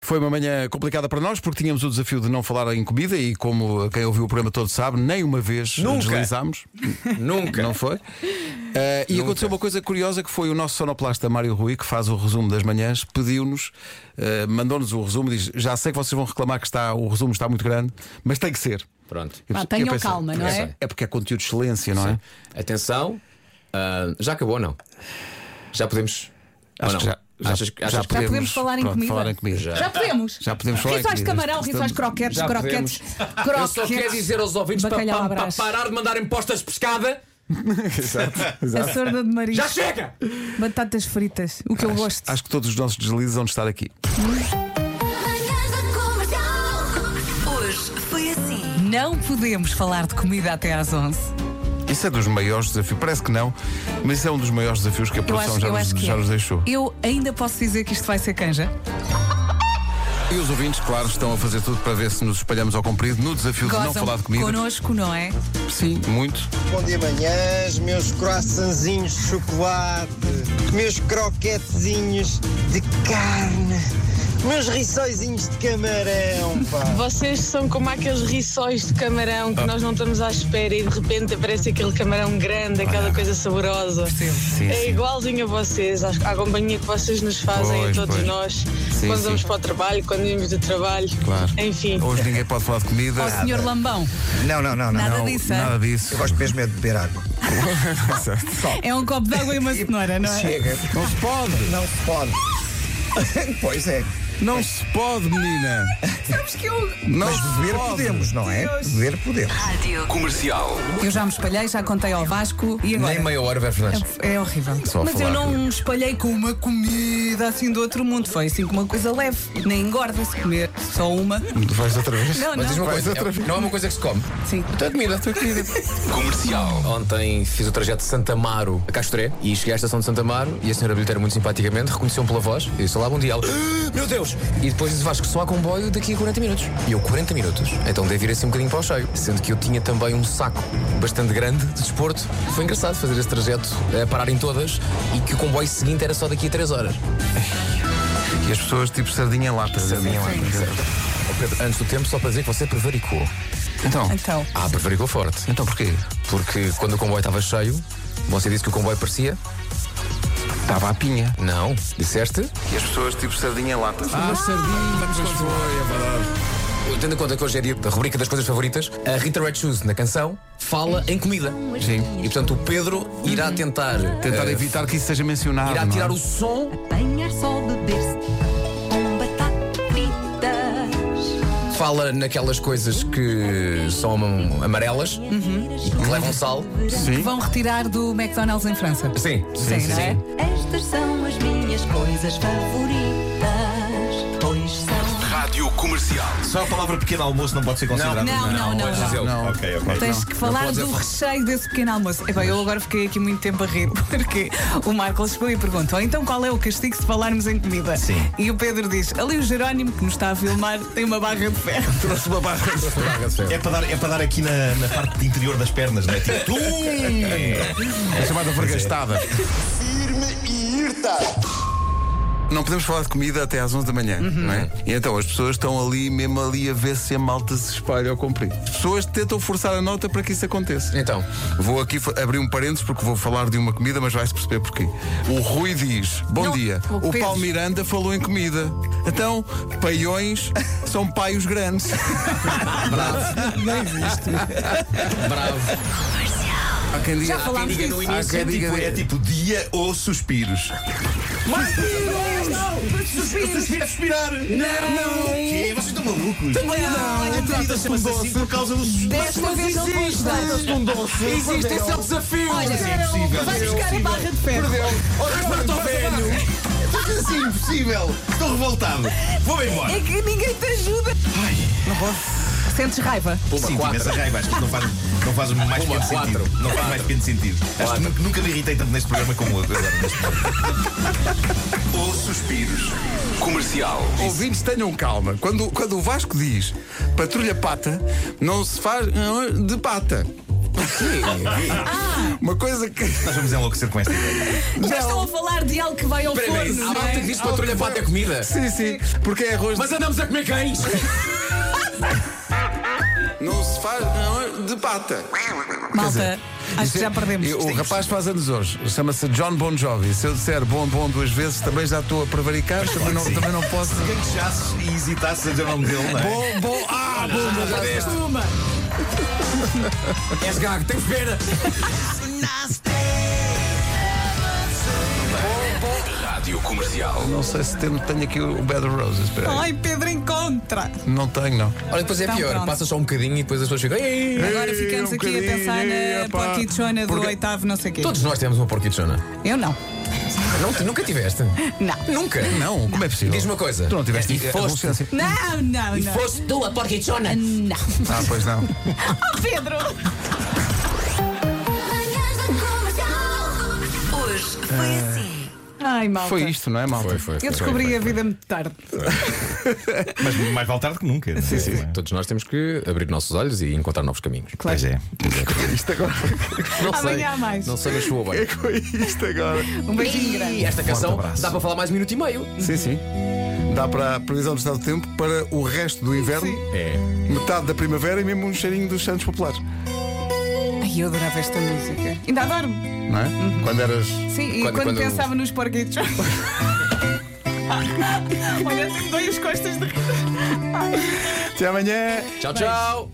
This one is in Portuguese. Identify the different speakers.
Speaker 1: Foi uma manhã complicada para nós porque tínhamos o desafio de não falar em comida e, como quem ouviu o programa todo sabe, nem uma vez
Speaker 2: Nunca.
Speaker 1: deslizámos.
Speaker 2: Nunca.
Speaker 1: Não foi? Eh, e aconteceu uma coisa curiosa que foi o nosso sonoplasta Mário Rui, que faz o resumo das manhãs, pediu-nos, eh, mandou-nos o resumo, diz: Já sei que vocês vão reclamar que está, o resumo está muito grande, mas tem que ser.
Speaker 2: Pronto.
Speaker 1: Eu
Speaker 3: Pá,
Speaker 1: pensei-
Speaker 3: tenham
Speaker 1: eu pensei,
Speaker 3: calma, não
Speaker 1: "É
Speaker 3: é?"
Speaker 1: só- É porque é conteúdo de excelência, não é?
Speaker 2: Atenção. ah, já acabou ou não? Já podemos. ou
Speaker 1: Acho
Speaker 2: não?
Speaker 1: que já, já,
Speaker 2: Achas que- achas que-
Speaker 3: podemos falar em
Speaker 1: pronto,
Speaker 3: comida?
Speaker 1: falar em comida. Já,
Speaker 3: Já podemos.
Speaker 1: podemos falar em
Speaker 3: Rissóis de
Speaker 1: comida.
Speaker 3: camarão, rissóis de croquetes,
Speaker 2: Já
Speaker 3: croquetes, croquetes.
Speaker 2: Eu só quero dizer aos ouvintes para,
Speaker 3: Bacalhau à
Speaker 2: para- para
Speaker 3: Brás.
Speaker 2: parar de mandarem postas de pescada.
Speaker 3: A
Speaker 4: É
Speaker 3: sorda de marisco.
Speaker 2: Já chega!
Speaker 3: Batatas fritas, o que eu gosto.
Speaker 1: Acho que todos os nossos deslizes vão estar aqui.
Speaker 5: Manhãs da Comercial. Hoje foi assim.
Speaker 4: Não podemos falar de comida até às 11.
Speaker 1: Isso é dos maiores desafios. Parece que não, mas isso é um dos maiores desafios que a
Speaker 4: Eu
Speaker 1: produção
Speaker 4: acho,
Speaker 1: já,
Speaker 4: eu
Speaker 1: nos,
Speaker 4: acho que
Speaker 1: já
Speaker 4: é.
Speaker 1: nos deixou.
Speaker 4: Eu ainda posso dizer que isto vai ser canja.
Speaker 1: E os ouvintes, claro, estão a fazer tudo para ver se nos espalhamos ao comprido no desafio de não
Speaker 4: Gozam
Speaker 1: falar de comida.
Speaker 4: connosco, não é?
Speaker 1: Sim, muito.
Speaker 6: Bom dia manhãs, meus croissantzinhos de chocolate, meus croquetezinhos de carne, meus rissóizinhos de camarão, pá.
Speaker 7: Vocês são como aqueles rissóis de camarão
Speaker 1: Ah.
Speaker 7: que nós não estamos à espera e de repente aparece aquele camarão grande, aquela coisa saborosa.
Speaker 1: Sim,
Speaker 7: É
Speaker 1: sim.
Speaker 7: igualzinho a vocês, à, à companhia que vocês nos fazem
Speaker 1: Pois,
Speaker 7: a todos
Speaker 1: pois.
Speaker 7: nós.
Speaker 1: Sim,
Speaker 7: quando
Speaker 1: sim.
Speaker 7: vamos para o trabalho, quando vimos do trabalho.
Speaker 1: Claro.
Speaker 7: Enfim.
Speaker 1: Hoje ninguém pode falar de comida.
Speaker 4: Ó senhor Lambão,
Speaker 6: Não, não, não, não.
Speaker 4: nada
Speaker 1: Não,
Speaker 4: disso. hã?
Speaker 1: nada disso.
Speaker 6: Eu gosto mesmo é de beber água.
Speaker 4: É um copo de água e uma cenoura, não é?
Speaker 6: Chega,
Speaker 1: Não se pode,
Speaker 6: não se pode. pois é,
Speaker 1: não se pode, menina.
Speaker 4: Sabes que eu,
Speaker 1: Não
Speaker 6: mas
Speaker 1: se
Speaker 6: beber
Speaker 1: pode.
Speaker 6: podemos, não é? Beber podemos.
Speaker 4: eu já me espalhei, já contei ao Vasco e agora.
Speaker 2: Nem meia hora, Vera Fernandes.
Speaker 4: É horrível.
Speaker 1: Só a
Speaker 4: Mas
Speaker 1: falar
Speaker 4: eu não
Speaker 1: comigo.
Speaker 4: me espalhei com uma comida assim do outro mundo. Foi assim com uma coisa leve. Nem engorda-se comer só uma.
Speaker 1: Vais outra vez?
Speaker 4: Não,
Speaker 2: Mas diz
Speaker 4: não.
Speaker 2: uma coisa,
Speaker 1: outra vez.
Speaker 2: é- não é uma coisa que se come.
Speaker 4: Sim.
Speaker 2: Tua comida, tua comida. Comercial. Ontem fiz o trajeto de Santa Amaro a Castoré e cheguei à estação de Santa Amaro e a senhora bilheteira muito simpaticamente reconheceu-me pela voz e disse lá bom dia. Ela, "Ah, Meu Deus! E depois disse Vasco, só há comboio daqui a 40 minutos. E eu, 40 minutos. Então dei vir assim um bocadinho para o cheio. Sendo que eu tinha também um saco bastante grande de desporto. Foi engraçado fazer esse trajeto, a parar em todas e que o comboio seguinte era só daqui a 3 horas.
Speaker 1: E as pessoas tipo sardinha em lata. Sardinha em lata.
Speaker 2: Ó, Pedro, Antes do tempo, só para dizer que você prevaricou.
Speaker 1: Então,
Speaker 4: Então,
Speaker 2: Ah, prevaricou forte.
Speaker 1: então porquê?
Speaker 2: Porque quando o comboio estava cheio, você disse que o comboio parecia?
Speaker 1: Estava à pinha.
Speaker 2: Não. Disseste?
Speaker 1: E as pessoas tipo sardinha em lata.
Speaker 2: Ah,
Speaker 1: é verdade.
Speaker 2: Tendo em conta que hoje é dia da rubrica das coisas favoritas, a Rita Red Shoes, na canção, fala em comida.
Speaker 1: Sim.
Speaker 2: E portanto o Pedro irá tentar.
Speaker 1: Tentar
Speaker 2: eh,
Speaker 1: evitar que isso seja mencionado.
Speaker 2: Irá
Speaker 1: não é?
Speaker 2: tirar o som.
Speaker 5: Apanhar só beber-se com batata fritas.
Speaker 2: Fala naquelas coisas que são amarelas, que levam sal.
Speaker 1: Sim.
Speaker 4: vão retirar do McDonald's em França.
Speaker 2: Sim.
Speaker 4: Sim, não é?
Speaker 5: Estas são as minhas coisas favoritas. Pois são.
Speaker 8: Rádio Comercial.
Speaker 9: Só a palavra pequeno almoço não pode ser considerada.
Speaker 4: Não, não, não,
Speaker 2: podes
Speaker 4: não.
Speaker 2: dizê-lo.
Speaker 1: Não.
Speaker 9: Ok, ok.
Speaker 4: Tens que falar
Speaker 2: podes
Speaker 4: do
Speaker 2: dizer-
Speaker 4: recheio desse pequeno almoço. Epá, eu agora fiquei aqui muito tempo a rir, porque o Marco chegou e perguntou: então qual é o castigo se falarmos em comida? Sim. E o Pedro diz: ali o Jerónimo, que nos está a filmar, tem uma barra de ferro.
Speaker 1: Trouxe uma barra.
Speaker 9: É para, dar, é para dar aqui na, na parte interior das pernas, não é? Tipo, tum!
Speaker 1: É chamada vergastada. Firme e irta. Não podemos falar de comida até às 11 da manhã,
Speaker 6: Uhum.
Speaker 1: não é? E então as pessoas estão ali, mesmo ali, a ver se a malta se espalha ao comprido. As pessoas tentam forçar a nota para que isso aconteça.
Speaker 2: Então,
Speaker 1: Vou aqui fa- abrir um parênteses porque vou falar de uma comida, mas vai-se perceber porquê. O Rui diz: Bom
Speaker 4: Não,
Speaker 1: dia.
Speaker 4: o
Speaker 1: O
Speaker 4: Pedro.
Speaker 1: Paulo Miranda falou em comida. Então, paiões são paios grandes.
Speaker 2: bravo.
Speaker 1: Há quem diga,
Speaker 4: Já falámos
Speaker 1: há quem diga
Speaker 4: disso.
Speaker 1: no início,
Speaker 9: É
Speaker 1: há quem
Speaker 9: tipo, é
Speaker 1: diga-
Speaker 9: tipo dia ou suspiros. Suspiros, suspirar! Não! não. Quê? é, Vocês estão malucos? Também não! A vida chama-se assim por causa dos
Speaker 4: Desta vez não vou ajudar.
Speaker 9: um doce.
Speaker 2: Existe esse é o desafio.
Speaker 4: Olha,
Speaker 9: Mas é impossível.
Speaker 4: vai buscar a barra de ferro.
Speaker 9: Mas assim, impossível! Estou revoltado! Vou-me embora!
Speaker 4: É que ninguém te ajuda. Sentes raiva?
Speaker 9: Sim,
Speaker 2: quatro.
Speaker 9: imensa raiva, acho que não faz, não faz o mais
Speaker 2: Pumba,
Speaker 9: pequeno
Speaker 2: quatro.
Speaker 9: sentido. Não faz mais pequeno sentido. Acho que nu- nunca me irritei tanto neste programa como outro agora. neste momento.
Speaker 8: Ou suspiros. Comercial.
Speaker 1: Ouvintes, tenham calma. Quando, quando o Vasco diz patrulha pata, não se faz não é, de pata. Uma coisa que.
Speaker 9: Nós vamos enlouquecer com esta ideia.
Speaker 4: Já estão a falar de algo que vai ao
Speaker 2: Espera aí,
Speaker 4: forno. é?
Speaker 2: há "Ah, malta que diz patrulha para ter comida.
Speaker 1: Sim, sim, porque é arroz.
Speaker 2: Mas andamos a comer cães.
Speaker 1: Não se faz de pata.
Speaker 4: Malta, acho que já perdemos.
Speaker 1: é- o rapaz faz anos hoje, chama-se John Bon Jovi. Se eu disser bom, bom duas vezes, também já estou a prevaricar, também não, também não posso.
Speaker 9: Quem queixasses e hesitasses a dizer o nome dele, não é?
Speaker 1: Bom, bom, ah, bom, mas já deste.
Speaker 2: És gago, tenho pena.
Speaker 8: Rádio Comercial.
Speaker 1: Não sei se tenho, tenho aqui o Bad Roses. Espera aí.
Speaker 4: Ai, Pedro, encontra!
Speaker 1: Não tenho, não.
Speaker 2: Olha, depois é
Speaker 4: Então
Speaker 2: pior.
Speaker 4: pronto.
Speaker 2: Passa só um bocadinho e depois as pessoas ficam. "Ei".
Speaker 4: Agora ficamos
Speaker 1: um
Speaker 4: aqui a
Speaker 1: bocadinho,
Speaker 4: pensar na
Speaker 1: epá.
Speaker 4: porquichona do
Speaker 1: Porque-
Speaker 4: oitavo, não sei o quê.
Speaker 2: Todos nós temos uma porquichona.
Speaker 4: Eu não.
Speaker 2: Não, tu nunca tiveste?
Speaker 4: Não.
Speaker 2: Nunca.
Speaker 1: Não, como é possível?
Speaker 2: Diz-me uma É, coisa.
Speaker 1: Tu não tiveste
Speaker 2: E foste.
Speaker 1: adolescência?
Speaker 4: Não, não, não.
Speaker 2: Foste tu a porquichona.
Speaker 1: Ah, pois não.
Speaker 4: Oh, Pedro!
Speaker 5: Hoje foi assim.
Speaker 4: Ai, malta.
Speaker 1: Foi isto, não é, malta?
Speaker 2: Foi, foi. foi,
Speaker 4: Eu
Speaker 2: foi,
Speaker 4: descobri
Speaker 2: foi.
Speaker 4: a vida muito tarde.
Speaker 9: Mas mais vale tarde que nunca. é? Sim, sim.
Speaker 2: Todos nós temos que abrir nossos olhos e encontrar novos caminhos.
Speaker 9: Pois é.
Speaker 1: Isto agora.
Speaker 2: Não
Speaker 4: Amanhã
Speaker 2: sei,
Speaker 4: há mais.
Speaker 2: Não sei, mas sou bem.
Speaker 1: Isto agora.
Speaker 4: Um beijinho grande.
Speaker 2: E esta canção
Speaker 9: abraço.
Speaker 2: dá para falar mais minuto e meio.
Speaker 1: Sim, sim. Dá para a previsão do estado do tempo para o resto do inverno,
Speaker 2: É.
Speaker 1: metade da primavera e mesmo um cheirinho dos Santos Populares.
Speaker 4: Ai, eu adorava esta música. Ainda adoro.
Speaker 1: Não é? Quando eras.
Speaker 4: Sim, e
Speaker 2: Quando-
Speaker 4: quando,
Speaker 2: quando-
Speaker 4: pensava nos porquitos. Olha, tenho dois costas de rir.
Speaker 1: Até amanhã!
Speaker 2: Tchau, tchau.